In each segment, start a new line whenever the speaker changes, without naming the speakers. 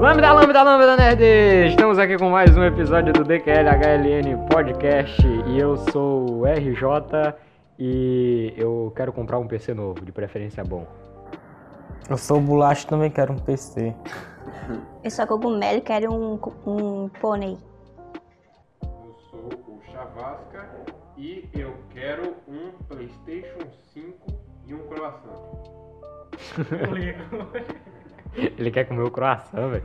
Lambda, lambda, lambda, nerd! Estamos aqui com mais um episódio do DQLHLN Podcast e eu sou o RJ e eu quero comprar um PC novo, de preferência bom.
Eu sou bolacha e também quero um PC.
Eu sou cogumelo e quero um, um pônei.
Eu sou o Chavasca e eu quero um PlayStation 5 e um croissant.
Ele quer comer o croissant, velho.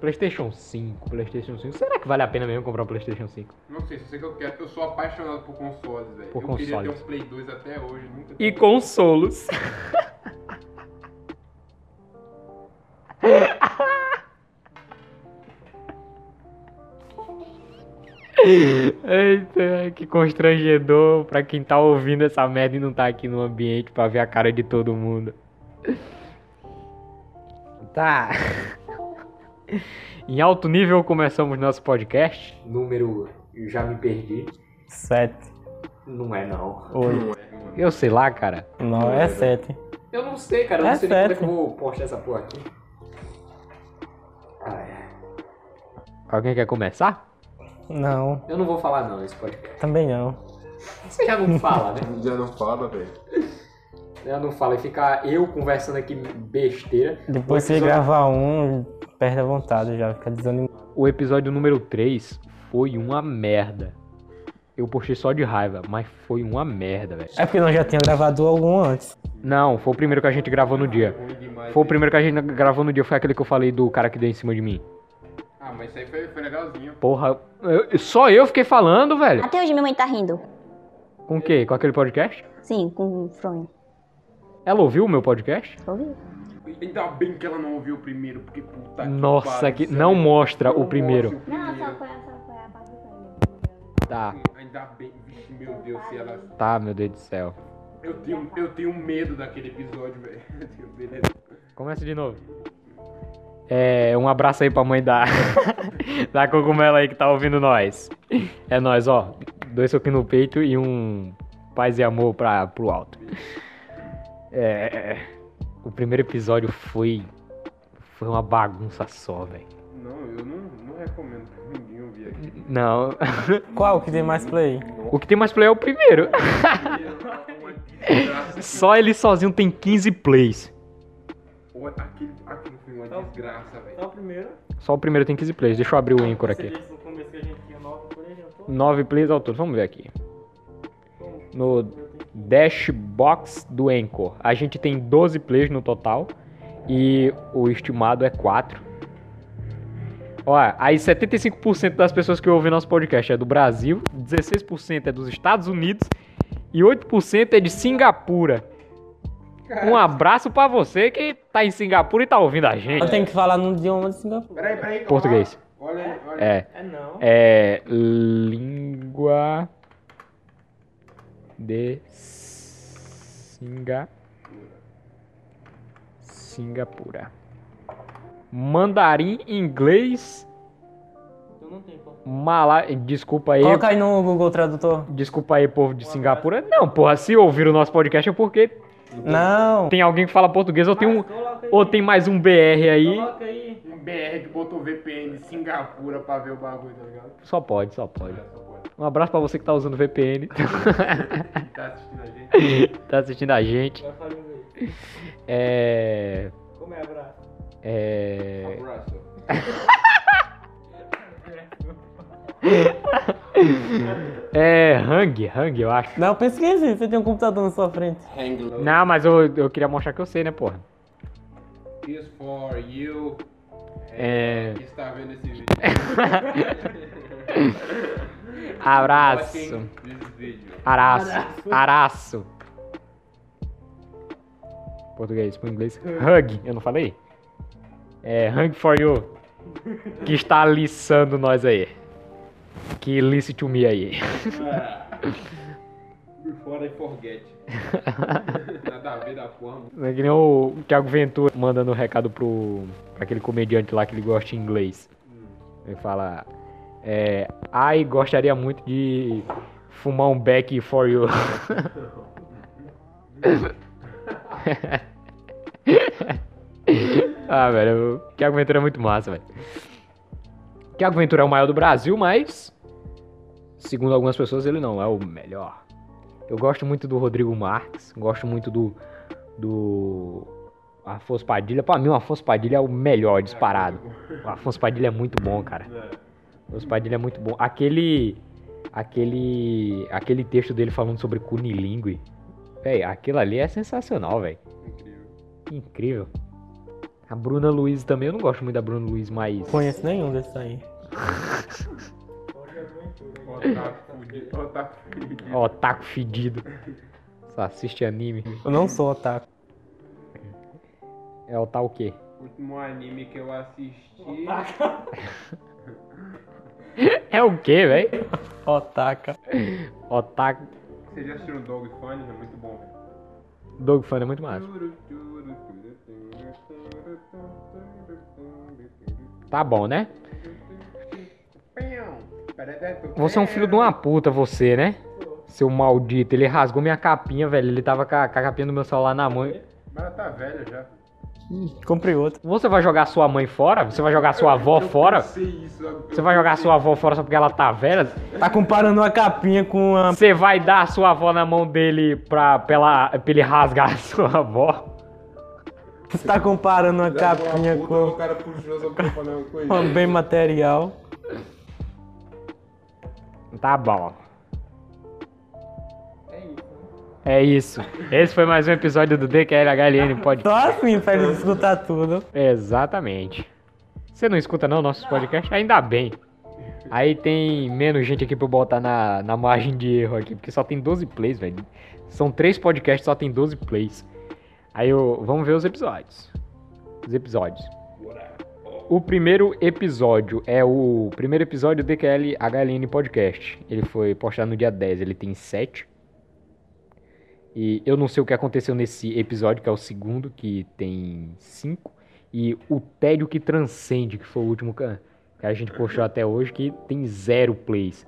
PlayStation 5, PlayStation 5. Será que vale a pena mesmo comprar um PlayStation 5?
Não sei, só sei que eu quero. Eu sou apaixonado por consoles, velho. Eu
Por
queria ter
consoles.
um Play 2 até hoje, nunca
E
tive.
consolos. Eita, que constrangedor pra quem tá ouvindo essa merda e não tá aqui no ambiente pra ver a cara de todo mundo. Tá. Em alto nível começamos nosso podcast. Número, já me perdi.
7,
Não é não.
8.
Eu sei lá, cara.
Não, é 7.
Eu não sei, cara. Eu não
É
sei nem como é
certo.
que eu vou postar essa porra aqui. Ah, é. Ai. Alguém quer começar?
Não,
Eu não vou falar não nesse podcast.
também não.
Você já não fala, né?
Já não fala, velho.
Eu não falo. E ficar eu conversando aqui besteira.
Depois
O
você
episódio-
gravar um, perde a vontade já, fica desanimado.
O episódio número 3 foi uma merda. Eu postei só de raiva, mas foi uma merda, velho.
É porque nós já tínhamos gravado algum antes.
Não, foi o primeiro que a gente gravou no dia.
É Ruim demais.
Foi o primeiro que a gente gravou no dia, foi aquele que eu falei do cara que deu em cima de mim.
Ah, mas isso aí foi, foi legalzinho.
Porra, eu- só eu fiquei falando, velho.
Até hoje minha mãe tá rindo.
Com o quê? Com aquele podcast?
Sim, com um o Fronho.
Ela ouviu o meu podcast?
Ouviu?
Ainda bem que ela não ouviu o primeiro, porque puta Tá que
Nossa,
pariu, é um
que
sério.
não mostra
Não
o primeiro.
mostra o primeiro.
foi, só foi a parte do
Tá,
Ainda bem, vixe, meu Deus, se ela.
tá, meu Deus do céu.
Eu tenho, eu tenho medo daquele episódio, velho. Eu tenho medo.
Começa de novo. É, um abraço aí pra mãe da da cogumela aí que tá ouvindo nós. É nós, ó. Dois soquinhos no peito e um paz e amor pra, pro alto. É, o primeiro episódio foi foi uma bagunça só, velho.
Não, eu não, não recomendo pra ninguém ouvir aqui.
Não,
Qual que tem mais play?
o que tem mais play é o primeiro.
É uma desgraça.
Só ele sozinho tem 15 plays.
Olha, Aquilo, aquilo foi uma
Então,
desgraça, velho.
o Então, primeiro.
Só o primeiro tem 15 plays. Deixa eu abrir o Anchor aqui.
no começo que a gente tinha 9 play, já tô. Então,
9 plays ao todo. Vamos ver aqui. No dashbox do Anchor. A gente tem 12 plays no total. E o estimado é 4. Ó, aí 75% das pessoas que ouvem nosso podcast é do Brasil, 16% é dos Estados Unidos e 8% é de Singapura. Um abraço pra você que tá em Singapura e tá ouvindo a
Eu
gente.
tenho que falar no idioma de Singapura.
Peraí, peraí.
Português.
Olha, olha.
É.
É não.
É. Língua. De. Singa. Singapura. Mandarim, inglês.
Eu não tenho como.
Malá. Desculpa aí.
Coloca aí no Google Tradutor.
Desculpa aí, povo de Singapura. Não, porra, se ouvir o nosso podcast é porque
Não.
tem alguém que fala português ou tem
Ah,
um. Ou tem mais um BR aí.
aí.
Um BR que botou VPN de Singapura pra ver o bagulho, tá ligado?
Só pode, só pode.
Olha só, pode.
Um abraço pra você que tá usando VPN.
Quem tá assistindo a gente.
tá assistindo a gente. É.
Como é, abraço?
É.
Abraço.
É Hang, Hang, eu acho.
Não, pesquise, você tem um computador na sua frente.
Hang low.
Não, mas eu, eu queria mostrar que eu sei, né, porra?
This for you.
É.
Que está vendo esse vídeo.
Abraço.
Watching This video.
Araço. Araço. Português pro inglês. Hug, eu não falei? É Hug for you. Que está aliçando nós aí. Que listen to me aí.
Ah. Before I forget. Nada a ver da forma.
Não É que nem o Thiago Ventura mandando um recado pro. pra aquele comediante lá que ele gosta em inglês. Ele fala. É, Ai, gostaria muito de fumar um beck for you. Ah, velho, o Thiago Ventura é muito massa, velho. Thiago Ventura é o maior do Brasil, mas. Segundo algumas pessoas, ele não é o melhor. Eu gosto muito do Rodrigo Marques, gosto muito do. do. Afonso Padilha. Pra mim, o Afonso Padilha é o melhor disparado. O Afonso Padilha é muito bom, cara. O Afonso Padilha é muito bom. Aquele. Aquele. Aquele texto dele falando sobre cunilingue. Véi, aquilo ali é sensacional, velho.
Incrível.
Incrível. A Bruna Luiz também, eu não gosto muito da Bruna Luiz, mas.
Conheço nenhum desses aí.
Otaku fudido. Otaku fudido.
Ó, taco é fedido. Só assiste anime.
Eu não sou otaku.
É o tal o quê?
O último anime que eu assisti.
É o quê, velho?
Otaka.
Otaku.
Vocês já assistiram Dog Funny? É muito bom, velho.
Dog Fan é muito massa. Tá bom, né? Você é um filho de uma puta, você, né? Seu maldito. Ele rasgou minha capinha, velho. Ele tava com a, com a capinha do meu celular na mão.
Mas ela tá velha já.
Comprei outro.
Você vai jogar sua mãe fora? Você vai jogar sua avó
Eu
fora?
pensei Isso, eu
Você vai jogar
pensei-
sua avó fora só porque ela tá velha?
Tá comparando uma capinha com uma.
Você vai dar a sua avó na mão dele pra, pra, ela- pra ele rasgar a sua avó?
Você tá comparando uma
Já deu é uma
capinha
puta,
com
O cara puxou só pra falar uma coisa.
um bem material.
Tá bom.
É isso, né?
É isso. Esse foi mais um episódio do DQLHLN Podcast.
Só assim pra ele escutar tudo.
Exatamente. Você não escuta não nossos podcasts? Ainda bem. Aí tem menos gente aqui pra eu botar na, na margem de erro aqui, porque só tem 12 plays, velho. São três podcasts, só tem 12 plays. Aí eu, vamos ver os episódios. Os episódios.
Bora.
O primeiro episódio é o primeiro episódio do DQL HLN Podcast. Ele foi postado no dia 10, ele tem 7. E eu não sei o que aconteceu nesse episódio, que é o segundo, que tem 5. E o Tédio que Transcende, que foi o último que que a gente postou até hoje, que tem zero plays.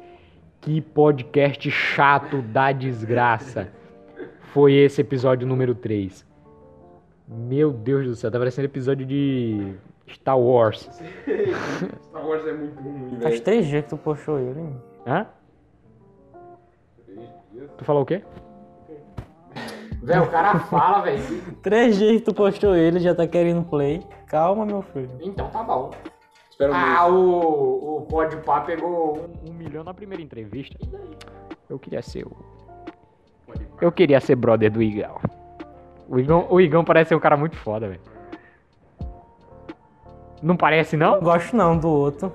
Que podcast chato da desgraça. Foi esse episódio número 3. Meu Deus do céu, tá parecendo episódio de Star Wars.
Star Wars é muito ruim,
Faz
velho.
três dias que tu postou ele. hein?
Hã?
Três dias.
Tu falou o quê? Velho, o cara fala, velho.
Três dias que tu postou ele, já tá querendo play. Calma, meu filho.
Então tá bom.
Espera um mês.
Ah, o, o Podpah pegou um, um milhão na primeira entrevista. Eu queria ser o...
Pode
Eu queria ser brother do Igão. O Igão, o Igão parece ser um cara muito foda, velho. Não parece,
Não
não?
gosto não do outro.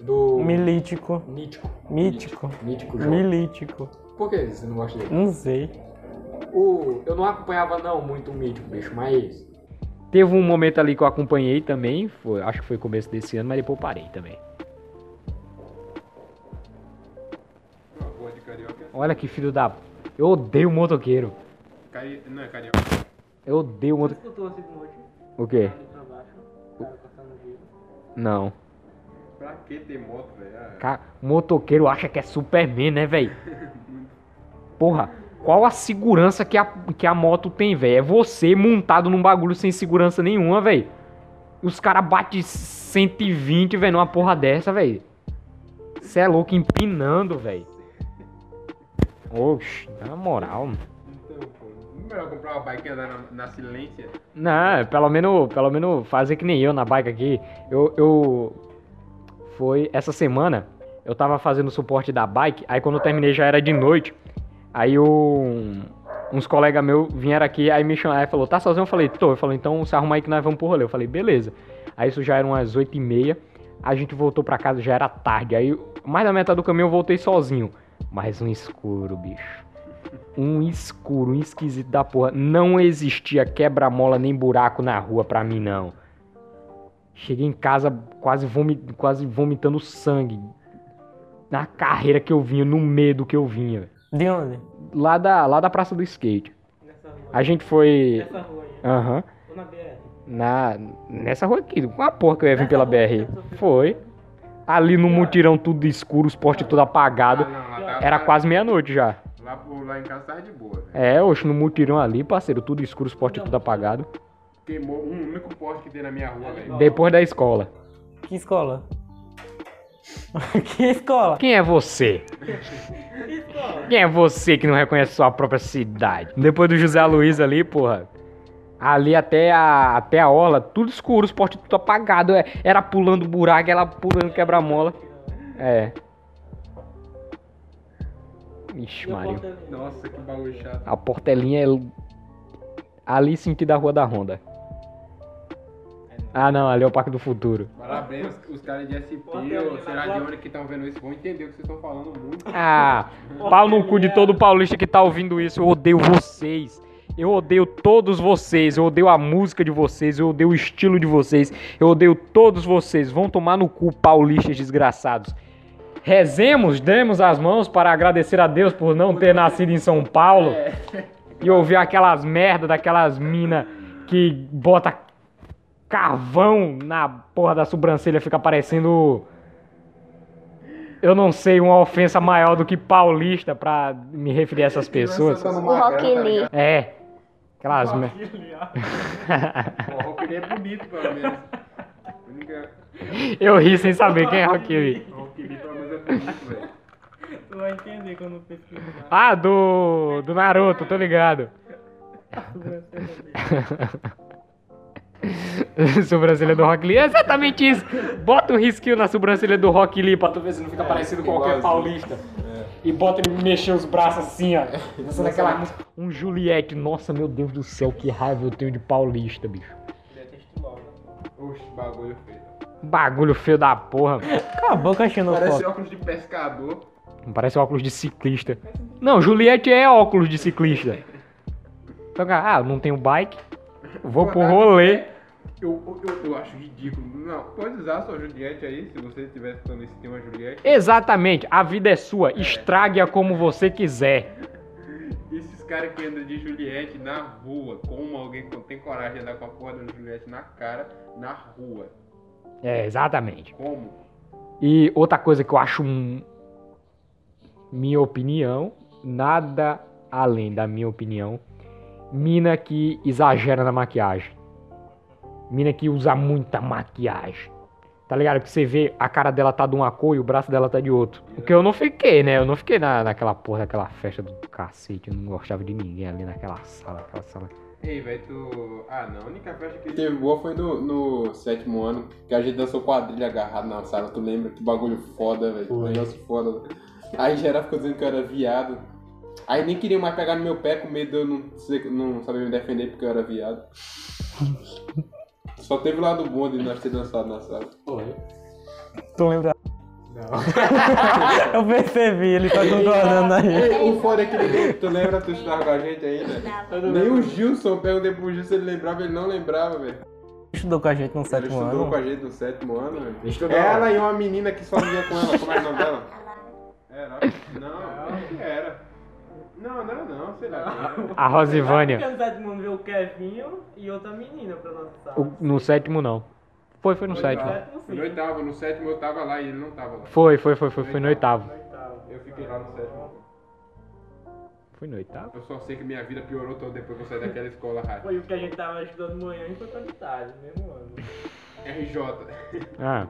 Do...
Milítico.
Mítico.
Mítico.
Mítico
Milítico.
Por que você não gosta dele?
Não sei.
O, eu não acompanhava não muito o Mítico, bicho, mas. Teve um momento ali que eu acompanhei também, foi- acho que foi começo desse ano, mas depois eu parei também.
Uma boa de carioca.
Olha que filho da. Eu odeio motoqueiro.
Cari... Não é carioca.
Eu odeio motoqueiro.
escutou assim de noite?
O quê?
pra baixo. tá
Não.
Pra que ter moto, velho? Ah,
Ca- Motoqueiro acha que é Superman, né, velho? Porra, qual a segurança que a, que a moto tem, velho? É você montado num bagulho sem segurança nenhuma, velho. Os caras batem 120, velho, numa porra dessa, velho. Cê é louco, empinando, velho. Oxe, na moral. mano.
Então, pô. Não é melhor comprar uma bike e andar na, na silência?
Não, é, pelo menos, pelo menos fazer que nem eu na bike aqui. Eu, eu. Foi essa semana, eu tava fazendo suporte da bike, aí quando eu terminei já era de noite. Aí um, uns colegas meus vieram aqui, aí me chamaram, aí falou, tá sozinho? Eu falei, tô. Eu falei, então se arruma aí que nós vamos pro rolê. Eu falei, beleza. Aí isso já eram umas 8 e meia, a gente voltou pra casa, já era tarde. Aí mais da metade do caminho eu voltei sozinho. Mais um escuro, bicho um escuro, um esquisito da porra. Não existia quebra-mola nem buraco na rua pra mim, não. Cheguei em casa quase, vomi quase vomitando sangue. Na carreira que eu vinha, no medo que eu vinha.
De onde?
Lá da, lá da praça do skate. A gente foi.
rua aí.
Aham.
Ou na BR.
Na, nessa rua aqui, com a porra que eu ia vir pela BR. Foi. Ali no mutirão tudo escuro, os postes tudo apagado.
não, lá, tá-
Era
tá-
quase meia-noite já.
Lá, por- lá em casa tava de boa, velho.
É, oxe, no mutirão ali, parceiro, tudo escuro, os postes tudo apagado.
Queimou um único poste que tem na minha rua, velho.
Depois da escola.
Que escola? que escola?
Quem é você? Quem é você que não reconhece sua própria cidade? Depois do José Luiz ali, porra. Ali até a, até a orla, tudo escuro, os postes tudo apagado. é, Era pulando buraco, ela pulando quebra-mola. É. Ixi, Mario.
Nossa, que bagulho chato.
A portelinha é l- ali sentido da Rua da Honda. Ah não, ali é o Parque do Futuro.
Parabéns, os caras de SP ou será de onde que estão vendo isso vão entender o que vocês estão falando muito.
Ah, pau no cu de todo paulista que tá ouvindo isso. Eu odeio vocês. Eu odeio todos vocês. Eu odeio a música de vocês. Eu odeio o estilo de vocês. Eu odeio todos vocês. Vão tomar no cu, paulistas desgraçados. Rezemos, demos as mãos para agradecer a Deus por não ter nascido em São Paulo e ouvir aquelas merda daquelas mina que bota carvão na porra da sobrancelha, fica parecendo eu não sei uma ofensa maior do que paulista pra me referir a essas pessoas.
Criança dando
O
macarrão,
Rock
tá
Lee.
ligado?
É. Aquelas me-
né?
Pô, O Rock Lee é bonito, pelo menos. Única-
Eu ri sem saber quem é Rock Lee.
O Rock Lee, pelo menos, é bonito, velho.
Tu vai entender quando pesquisar.
Ah, do. do Naruto, tô ligado. sobrancelha do Rock Lee. É exatamente isso. Bota um risquinho na sobrancelha do Rock Lee pra tu ver se não fica parecendo com qualquer paulista. E bota ele mexer os braços assim, ó. Dançando aquela música. Um Juliette. Nossa, meu Deus do céu, que raiva eu tenho de paulista, bicho.
Oxe, bagulho feio.
Bagulho feio da porra.
Cala a boca, xenofóbico.
Parece óculos de pescador.
Parece óculos de ciclista. Não, Juliette é óculos de ciclista. Então, cara, ah, não tenho bike. Vou pro rolê.
Eu, eu, eu acho ridículo. Não, pode usar sua Juliette aí, se você estiver escutando esse tema Juliette.
Exatamente, a vida é sua. Estrague-a como você quiser.
Esses caras que andam de Juliette na rua, como alguém que tem coragem de andar com a porra da Juliette na cara, na rua.
É, exatamente.
Como?
E outra coisa que eu acho, um- minha opinião, nada além da minha opinião, mina que exagera na maquiagem. Mina que usa muita maquiagem. Tá ligado? Que você vê a cara dela tá de uma cor e o braço dela tá de outro. Porque eu não fiquei, né? Eu não fiquei na, naquela porra, daquela festa do cacete. Eu não gostava de ninguém ali naquela sala, aquela sala.
Ei, velho, tu. Ah, não, a única festa que teve boa foi no, no sétimo ano, que a gente dançou quadrilha agarrado na sala, tu lembra? Que bagulho foda, velho. que
Foi.
Negócio foda. Aí geral ficou dizendo que eu era viado. Aí nem queria mais pegar no meu pé com medo de eu não, ser- não saber me defender porque eu era viado. Só teve lá do bom de nós ter dançado na sala.
Tu lembra? Não. Eu percebi, ele tá concordando aí.
Ei, o foda é que ele- tu lembra, tu estudava com a gente ainda?
Dava.
Nem o Gilson, eu perguntei pro Gilson se ele lembrava, ele não lembrava, velho.
Estudou com a gente no
Ele
sétimo
estudou
ano.
com a gente no sétimo ano, velho.
Estudou.
Ela e uma menina que só vivia com ela, como era o nome dela? Era? Não, acho que era. Não, não, não, sei lá.
A Rosivânia.
no sétimo ano veio o Kevinho e outra menina pra nossa sala.
O- No sétimo, não. Foi, foi no sétimo.
Sétimo,
No
sim.
oitavo, no sétimo eu tava lá e ele não tava lá.
Foi, foi, foi, foi, foi no oitavo.
Oitavo.
Eu fiquei lá no sétimo.
Foi no oitavo?
Eu só sei que minha vida piorou todo depois que eu saí daquela escola rádio.
Foi o que a gente tava estudando de manhã enquanto era de tarde, no mesmo ano.
RJ.
Ah,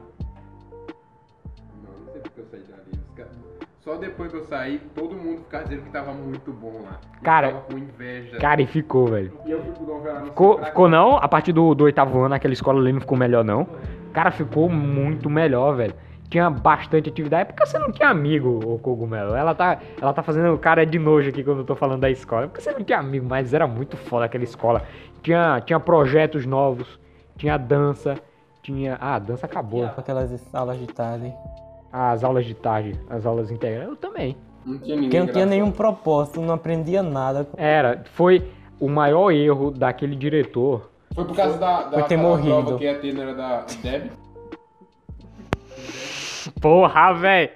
Não, não sei porque eu saí dali. Os caras- Só depois que eu saí, todo mundo ficava dizendo que tava muito bom lá. E eu
Cara-
tava com inveja.
cara, e ficou, velho.
E eu fui pro Dom Verano
Ficou,
pra-
ficou não, a partir do, do oitavo ano, aquela escola ali não ficou melhor, não. Cara, ficou muito melhor, velho. Tinha bastante atividade. É porque você não tinha amigo, ô Cogumelo. Ela tá, ela tá fazendo cara de nojo aqui quando eu tô falando da escola. É porque você não tinha amigo, mas era muito foda aquela escola. Tinha, tinha projetos novos, tinha dança, tinha. Ah, a dança acabou.
Com Aquelas salas de tarde.
As aulas de tarde, as aulas integrais. Eu também.
Não
Porque
tinha ninguém.
não tinha
engraçado.
nenhum propósito, não aprendia nada.
Era, foi o maior erro daquele diretor
Foi por causa da, da
foi ter
aquela
morrido.
prova que ia ter, não era da Deb?
Porra, véi.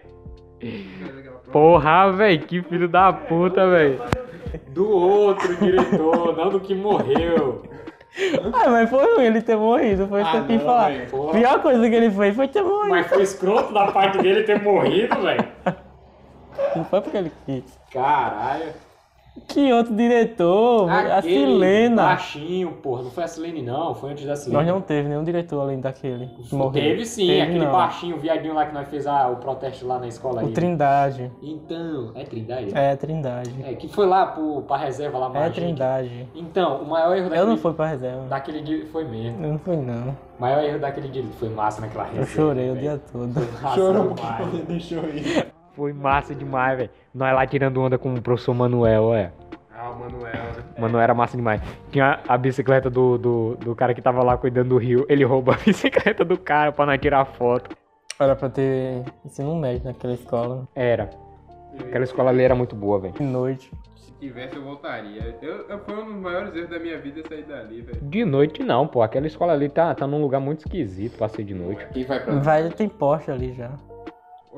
Porra, véi, que filho da puta, véi. Do outro diretor, não do que morreu.
Ah, mas foi ruim ele ter morrido, foi isso que
Ah,
eu quis
não,
falar.
velho,
porra.
Pior coisa que ele fez foi ter morrido.
Mas foi escroto da parte dele ter morrido, véi.
Não foi porque ele quis.
Caralho.
Que outro diretor? A
Aquele
Silena.
Baixinho, porra. Não foi a Silene, não. Foi antes da Silene.
Nós não teve nenhum diretor além daquele. que Morreu.
Teve sim,
Teve
aquele
não.
baixinho, o viadinho lá que nós fez ah, o protesto lá na escola
O
aí.
Trindade.
Então, é Trindade?
É, Trindade.
É, que foi lá pro, pra reserva lá
É,
mais.
Trindade.
Então, o maior erro daquele,
Eu não fui pra reserva.
daquele dia foi mesmo.
Eu não fui, não.
O maior erro daquele dia foi massa naquela reserva.
Eu chorei o
velho.
dia todo.
Foi massa
Chorou
demais.
porque deixou aí.
Foi massa demais, velho. Nós lá tirando onda com o professor Manuel, olha.
Ah, o Manuel, né?
Mano, era massa demais. Tinha a bicicleta do, do, do cara que tava lá cuidando do rio. Ele rouba a bicicleta do cara pra nós tirar foto.
Era pra ter ensino médio naquela escola.
Era. Aquela escola ali era muito boa, velho.
De noite.
Se tivesse, eu voltaria. Eu, eu- foi um dos maiores erros da minha vida sair dali, velho.
De noite não, pô. Aquela escola ali tá, tá num lugar muito esquisito pra ser de noite.
Quem vai pra
Vai, tem poste ali já.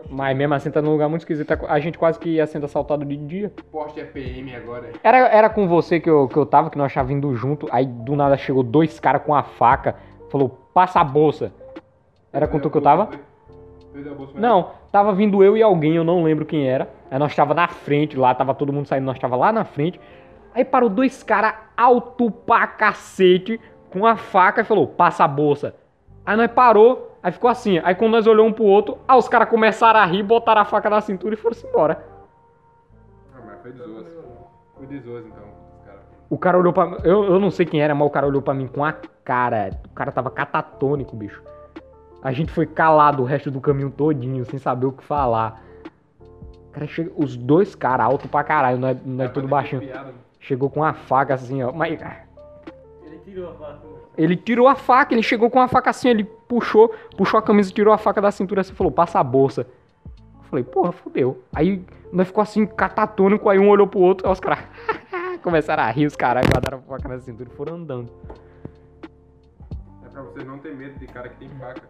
Mas mesmo assim tá num lugar muito esquisito. A gente quase que ia sendo assaltado de dia.
Poste é PM agora.
Era, era com você que eu, que eu tava, que nós tava indo junto. Aí do nada chegou dois caras com a faca. Falou, passa a bolsa. Era com tu que eu tava?
Eu da bolsa, mas-
Não, tava vindo eu e alguém, eu não lembro quem era. Aí nós tava na frente lá, tava todo mundo saindo, nós tava lá na frente. Aí parou dois caras alto pra cacete, com a faca e falou, passa a bolsa. Aí nós parou, aí ficou assim. Aí quando nós olhamos um pro outro, aí os caras começaram a rir, botaram a faca na cintura e foram-se embora.
Ah, mas foi 18. Foi 18, então, cara.
O cara olhou pra mim, eu, eu não sei quem era, mas o cara olhou pra mim com a cara. O cara tava catatônico, bicho. A gente foi calado o resto do caminho todinho, sem saber o que falar. O cara chega, os dois caras alto pra caralho, nós, nós
Tá
é tudo
fazendo
baixinho.
piada.
Chegou com a faca assim, ó. Mas ah,
Ele tirou a faca.
ele tirou a faca, ele chegou com a faca assim, ele puxou, puxou a camisa, tirou a faca da cintura assim, falou, passa a bolsa. Eu falei, porra, fodeu. Aí nós ficou assim, catatônico, aí um olhou pro outro, aí os caras começaram a rir, os caras guardaram a faca na cintura e foram andando.
É pra vocês não terem medo de cara que tem faca.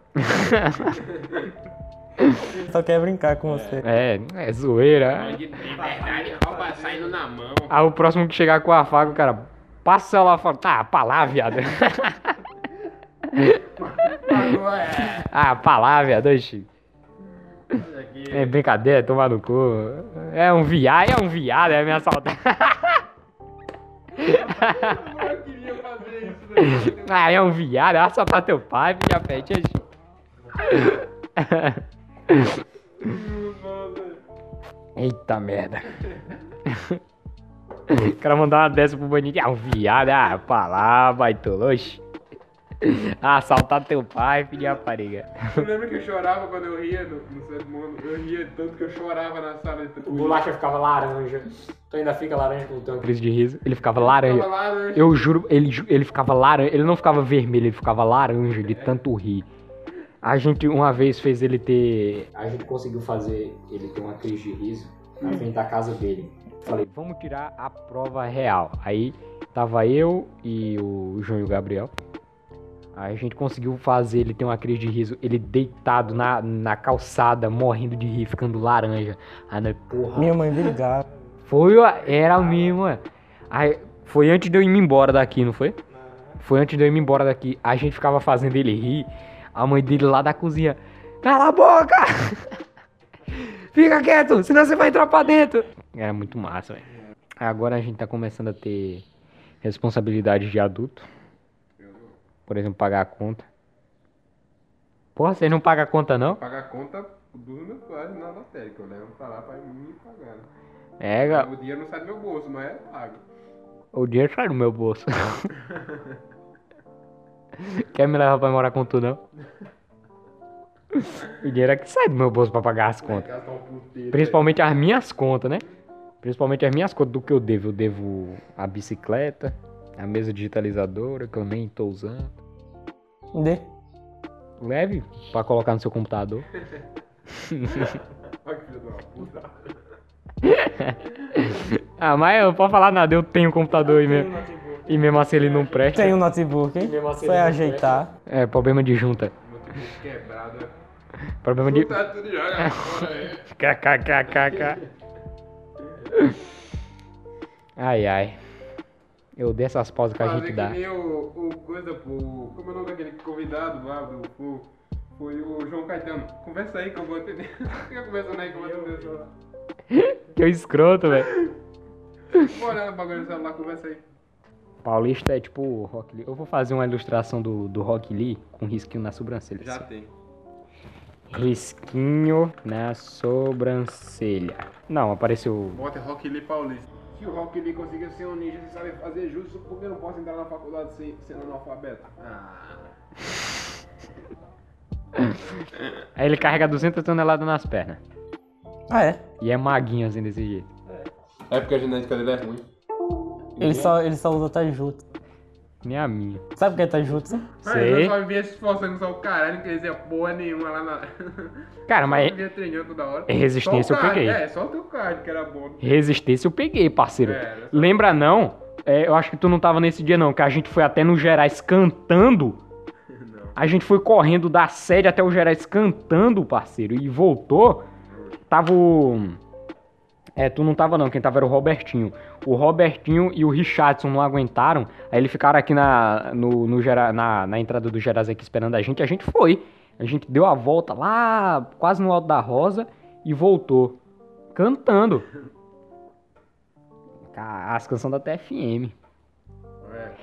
Só quer brincar com você.
É, é zoeira.
liberdade, rouba saindo na mão.
Aí o próximo que chegar com a faca, o cara passa lá fora. Tá, pra lá, viado. ah, pra lá, viado. oxi. É brincadeira, é tomar no cu. É um viado, é um viado, é me assaltar.
Eu queria fazer isso, velho.
Ah, é um viado, é assaltar teu pai, filha pete. oxi. Eita merda. O cara mandar uma dessa pro bandido. Ah, um viado, ah, pra lá, baitoloxe. Ah, Assaltar teu pai, filha rapariga.
Eu lembro que eu chorava quando eu ria no, no Santo Mundo. Eu ria tanto que eu chorava na sala de
O bolacha ficava laranja. Tu ainda fica laranja com o tanque.
Crise de riso. Ele ficava
Eu
laranja.
tava lá, né?
Eu juro, ele, ju- ele ficava laranja. Ele não ficava vermelho, ele ficava laranja de tanto rir. A gente uma vez fez ele ter.
A gente conseguiu fazer ele ter uma crise de riso na frente da casa dele.
Falei, vamos tirar a prova real. Aí tava eu e o João e o Gabriel. Aí a gente conseguiu fazer ele ter uma crise de riso. Ele deitado na, na calçada, morrendo de rir, ficando laranja. Aí nós, porra,
Minha mãe brigava.
Foi, ó, era mesmo, é. Aí, foi antes de eu ir me embora daqui, não foi? Foi antes de eu ir me embora daqui. A gente ficava fazendo ele rir. A mãe dele lá da cozinha. Cala a boca! Fica quieto, senão você vai entrar pra dentro. Era muito massa, velho. Agora a gente tá começando a ter responsabilidade de adulto. Por exemplo, pagar a conta. Porra, vocês não pagam a conta, não?
Pagar a conta dos meus pais na lotérica. Eu levo pra lá pra me pagar. né?
É, ga-
O dinheiro não sai do meu bolso, mas é pago.
O dinheiro sai do meu bolso. Quer me levar pra morar com tu, não? O dinheiro é que sai do meu bolso pra pagar as contas.
Gastar um puteiro.
Principalmente as minhas contas, né? Principalmente as minhas contas do que eu devo. Eu devo a bicicleta, a mesa digitalizadora, que eu nem tô usando.
Dê.
Leve pra colocar no seu computador.
Olha que filho da puta.
Ah, mas eu posso falar nada, eu tenho computador e
Tem um
mesmo,
notebook.
e mesmo assim ele não presta.
Tem um notebook, hein?
Mesmo assim,
Foi
ele não
ajeitar.
É, problema de junta.
Meu tipo quebrado. né?
Problema de.
Tá tudo joga fora aí.
KKKKK. Ai, ai. Eu odeio essas pausas que a
Fazer
gente dá.
Ah, é que nem o, o coisa, pô. o- Como é o nome daquele convidado lá do povo? Foi o João Caetano. Conversa aí que eu vou atender. Fica conversando aí que eu vou atender.
Que eu escroto, velho.
Vou olhar no bagulho do celular, conversa aí.
Paulista é tipo o Rock Lee. Eu vou fazer uma ilustração do, do Rock Lee com risquinho na sobrancelha.
Já
assim.
tem.
Risquinho na sobrancelha. Não, apareceu.
Bota Rock Lee Paulista. Se o Rock Lee conseguiu ser um ninja sem saber fazer justo, por que eu não posso entrar na faculdade sem, sendo analfabeto? Ah.
Aí ele carrega 200 toneladas nas pernas.
Ah, é.
E é maguinho assim desse jeito.
É porque a genética dele é ruim.
Ele só, ele só usa Taijutsu.
Nem a minha.
Sabe o que é Taijutsu?
Sei.
eu Ah, então só via se esforçando só o caralho, quer dizer, porra nenhuma lá na.
Cara, Ah, mas
Eu via treinando toda hora.
É resistência,
Só o
eu
card,
peguei.
É, só o teu card que era bom.
resistência eu peguei, parceiro.
É.
Lembra não? É, eu acho que tu não tava nesse dia não, que a gente foi até no Gerais cantando.
Não.
A gente foi correndo da sede até o Gerais cantando, parceiro, e voltou. Tava o. É, tu não tava não, quem tava era o Robertinho. O Robertinho e o Richardson não aguentaram. Aí eles ficaram aqui na, no, no Gera- na, na entrada do Gerais aqui esperando a gente. A gente foi. A gente deu a volta lá, quase no Alto da Rosa, e voltou. Cantando. Ca- As canções da TFM.
É,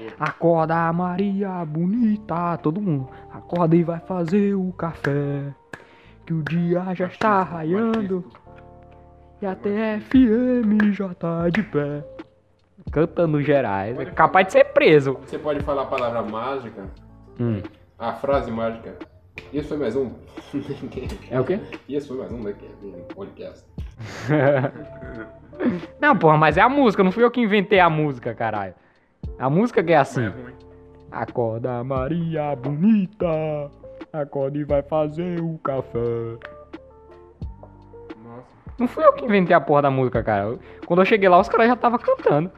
pô.
Acorda Maria bonita, todo mundo. Acorda e vai fazer o café. Que o dia já está raiando e a TFM já tá de pé. Cantando gerais, é capaz de ser preso.
Você pode falar a palavra mágica,
Hum,
a frase mágica. Isso foi mais um.
é o quê?
Isso foi mais um daquele podcast.
Não, porra, mas é a música, não fui eu que inventei a música, caralho. A música que é
É
assim.
ruim.
Acorda Maria bonita, acorda e vai fazer o café.
Nossa.
Não fui eu que inventei a porra da música, cara. Eu- Quando eu cheguei lá, os caras já estavam cantando.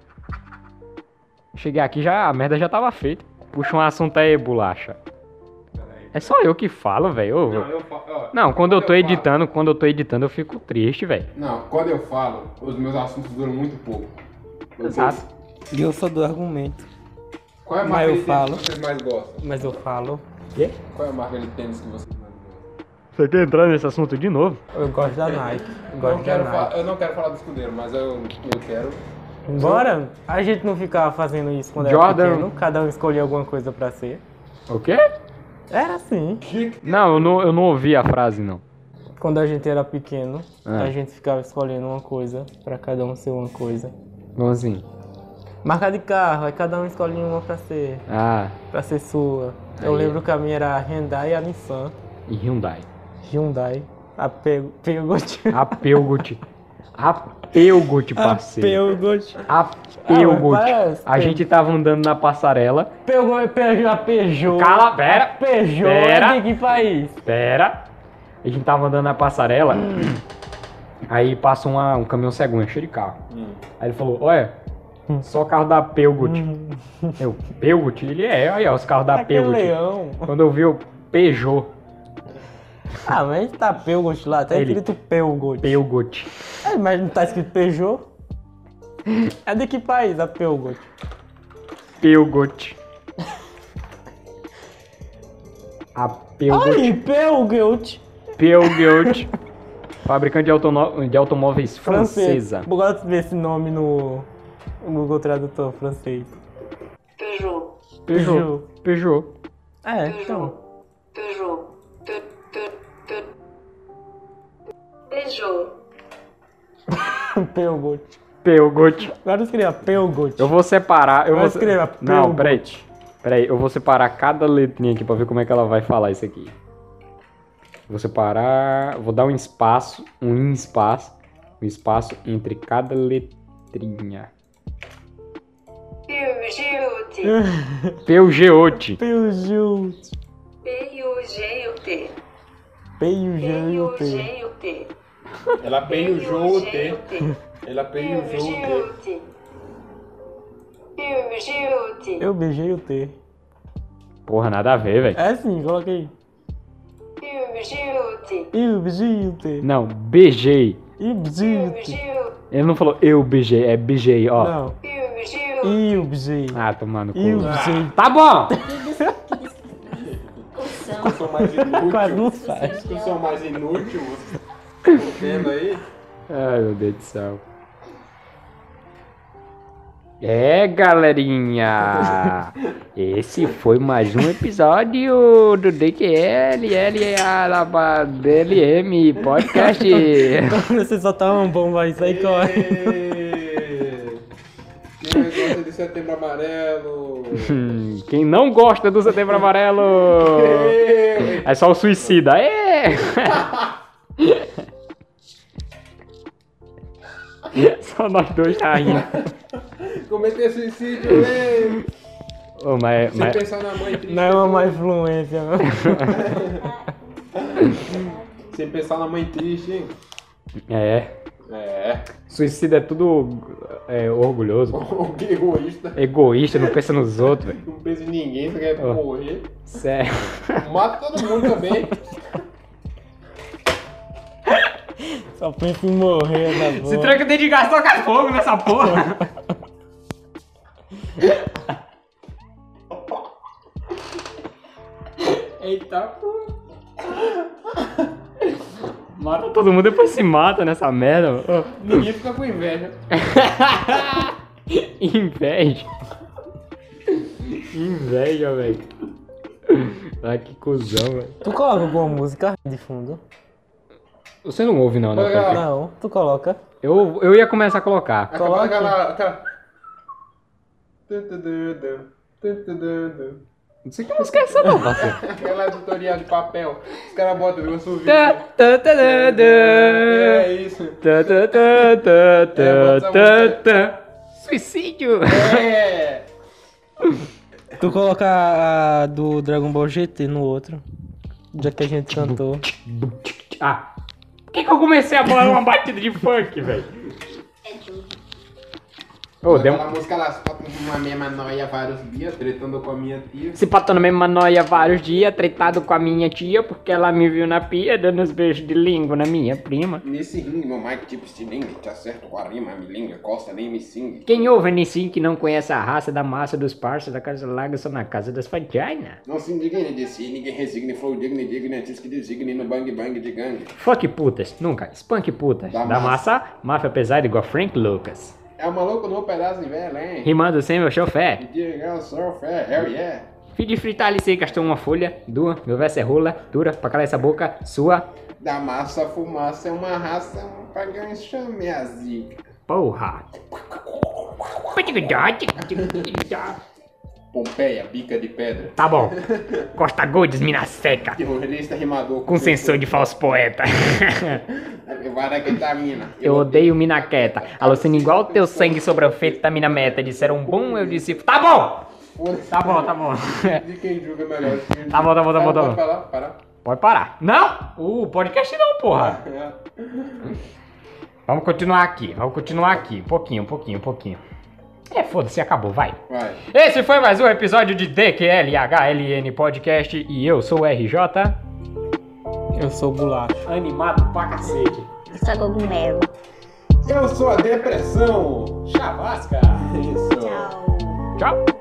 Cheguei aqui, já a merda já tava feita. Puxa um assunto aí, bolacha. É só eu que falo, velho. Ô,
Não, eu falo. ó,
Não, quando eu tô
falo-
editando, quando eu tô editando, eu fico triste, velho.
Não, quando eu falo, os meus assuntos duram muito pouco. Eu-
Exato.
E eu sou do argumento.
Qual é a
Mas
marca
eu
de
falo.
tênis que vocês mais gostam?
Mas eu falo.
Qual é a marca de tênis que vocês mais gostam?
Você quer entrar nesse assunto de novo?
Eu gosto da Nike. Eu
Eu
gosto
não,
da
quero
Nike.
fa- eu não quero falar do escudeiro, mas eu, eu quero.
Bora? A gente não ficava fazendo isso quando
Jordan.
era pequeno. Cada um escolhia alguma coisa pra ser.
O quê?
Era assim.
Não, eu não, eu não ouvi a frase, não.
Quando a gente era pequeno,
Ah.
a gente ficava escolhendo uma coisa pra cada um ser uma coisa.
Como assim?
Marca de carro, aí cada um escolhia uma pra ser,
Ah,
pra ser sua. Eu
Aí.
lembro que a minha era a Hyundai e a Nissan.
e Hyundai.
Hyundai. A Pe- Peugeot.
Apelgut. Apelgut, parceiro.
Peugeot.
Apelgut.
Ah, parece-
A gente tava andando na passarela.
Peugeot, Peugeot, a Peugeot.
Cala, pera.
A Peugeot
Pera.
é de que país?
Pera. A gente tava andando na passarela.
Hum.
aí passa uma- um caminhão cegonha, cheio de carro. Aí ele falou, olha,
Hum.
só carro da Pelgut. Eu, Pelgut? Ele é, olha os carros da
Aquele
Pelgut.
leão.
Quando eu vi o Peugeot,
Ah, mas tá Peugeot lá, tá
Ele.
escrito Peugeot.
Pelgut.
É, mas não tá escrito Peugeot? É de que país a Peugeot?
Pelgut. A Pelgut.
Ai, Peugeot!
Pelgut. Fabricante de, autono- de automóveis
Francês.
francesa.
Eu gosto de ver esse nome no no Google Tradutor francês.
Peugeot,
Peugeot. Peugeot.
É, então.
Peugeot, Pe- Pe- Pe- Peugeot,
Peugeot.
Peugeot.
Agora escreva Peugeot.
Eu vou separar. Eu
Vai
vou
escrever
Não,
Peugeot.
peraí. Peraí, eu vou separar cada letrinha aqui pra ver como é que ela vai falar isso aqui. Vou separar. Vou dar um espaço. Um espaço. Um espaço entre cada letrinha.
Peugeot,
Peugeote.
Peugeot.
P-U-G-U-T,
Peugeot.
P-U-G-U-T,
Ela Ela
Peugeot, Peugeot,
Eu beijei o T.
Porra, nada a ver, velho.
É assim, coloquei.
Peugeot,
Eu beijei o T.
Não, beijei.
Eu beijei o T.
Peugeot,
Ele não falou eu beijei, é beijei, ó.
Não.
Peugeot,
Eu beijei.
Ah, tomando cu.
Eu beijei.
Tá bom!
Discussão.
Discussão mais inútil.
Quase não sai.
Discussão mais inútil. tá Vocês estão vendo aí?
Ai, meu Deus do céu. É, galerinha! Esse foi mais um episódio do DQLL Alaba DLM Podcast.
Você só tá uma bomba aí, sai corre.
Quem gosta de setembro amarelo?
Hum, Quem não gosta do Setembro Amarelo
Ê!
é só o suicida. É! Só nós dois tá rindo.
Cometer suicídio, ei!
Ô, mas-
Sem
mas-
pensar na mãe triste.
Não é uma má influência, não.
Sem pensar na mãe triste, hein?
é,
É.
suicida é tudo é, orgulhoso,
O que um egoísta.
egoísta, não pensa nos outros, velho.
Não pensa em ninguém, só quer
Ó.
morrer.
Sério.
Mata todo mundo também.
Só pensa em morrer tá na boa.
tranca dentro de gás, toca fogo nessa porra.
Eita, pô.
Mata todo mundo, depois se mata nessa merda, mano.
Ninguém fica com inveja.
Inveja. Inveja, velho. Ah, que cuzão, velho.
Tu coloca alguma música de fundo?
Você não ouve, não, né?
Olha.
Não, tu coloca.
Eu, eu ia começar a colocar.
Acabou
Coloca.
aquela. aquela... Tantadandam, tantadandam.
Você que não esquece, não, parceiro.
Aquela tutorial de papel. Os caras botam o assovio.
Tá, tá, tá, tá, tá.
É isso.
Tá, tá, tá, tá, tá,
É, bota a
tá, tá. Suicídio!
É.
Tu coloca a do Dragon Ball GT no outro. Já que a gente cantou.
Ah, por que, que eu comecei a bolar uma batida de funk, velho? Ô, deu um-
Aquela música lá, só com uma mesma noia vários dias, tretando com a minha tia.
Se patou na mesma noia vários dias, tretado com a minha tia, porque ela me viu na pia dando os beijos de língua na minha prima.
Nesse ringue, meu Mike tipo estilingue, te acerto com a rima, me linga, costa nem me singue.
Quem ouve Nissin que não conhece a raça da massa dos parças da casa larga só na casa das vagina?
Não se indigne de si, ninguém resigne, flow digne, digne, diz que designe no bang bang de gangue.
Fuck putas, nunca. Spunk putas.
Da
Da, massa. máfia pesada igual Frank Lucas.
É o maluco no pedaço de velho, hein?
Rimando sem meu chofé.
Diga, eu sou fé, hell yeah.
Fim de fritar ali sem gastou uma folha, duas, meu verso é rola, dura, pra calar essa boca, sua.
Da massa, fumaça é uma raça, um pagão enxame a zica.
Porra.
Pompeia, bica de pedra.
Tá bom. Costa Gold, mina seca.
Terrorista rimador.
Com sensor de falso poeta.
Varaquetamina.
Eu odeio mina quieta. Alucina igual o teu sangue sobre a fetamina meta. Disseram bom, eu disse. Tá bom!
Foda-se.
Tá bom, tá bom.
De quem julga melhor.
Tá bom, tá bom, tá bom, tá bom.
Para, para, para.
Pode parar. Não! O Uh, podcast não, porra. Vamos continuar aqui, vamos continuar aqui. Um pouquinho, um pouquinho, um pouquinho. É, foda-se, acabou, vai.
Vai.
Esse foi mais um episódio de DQLHLN Podcast e eu sou o RJ.
Eu sou bolacha.
Animado pra cacete.
Só cogumelo.
Eu sou a depressão.
Chavasca.
Isso.
Tchau.
Tchau.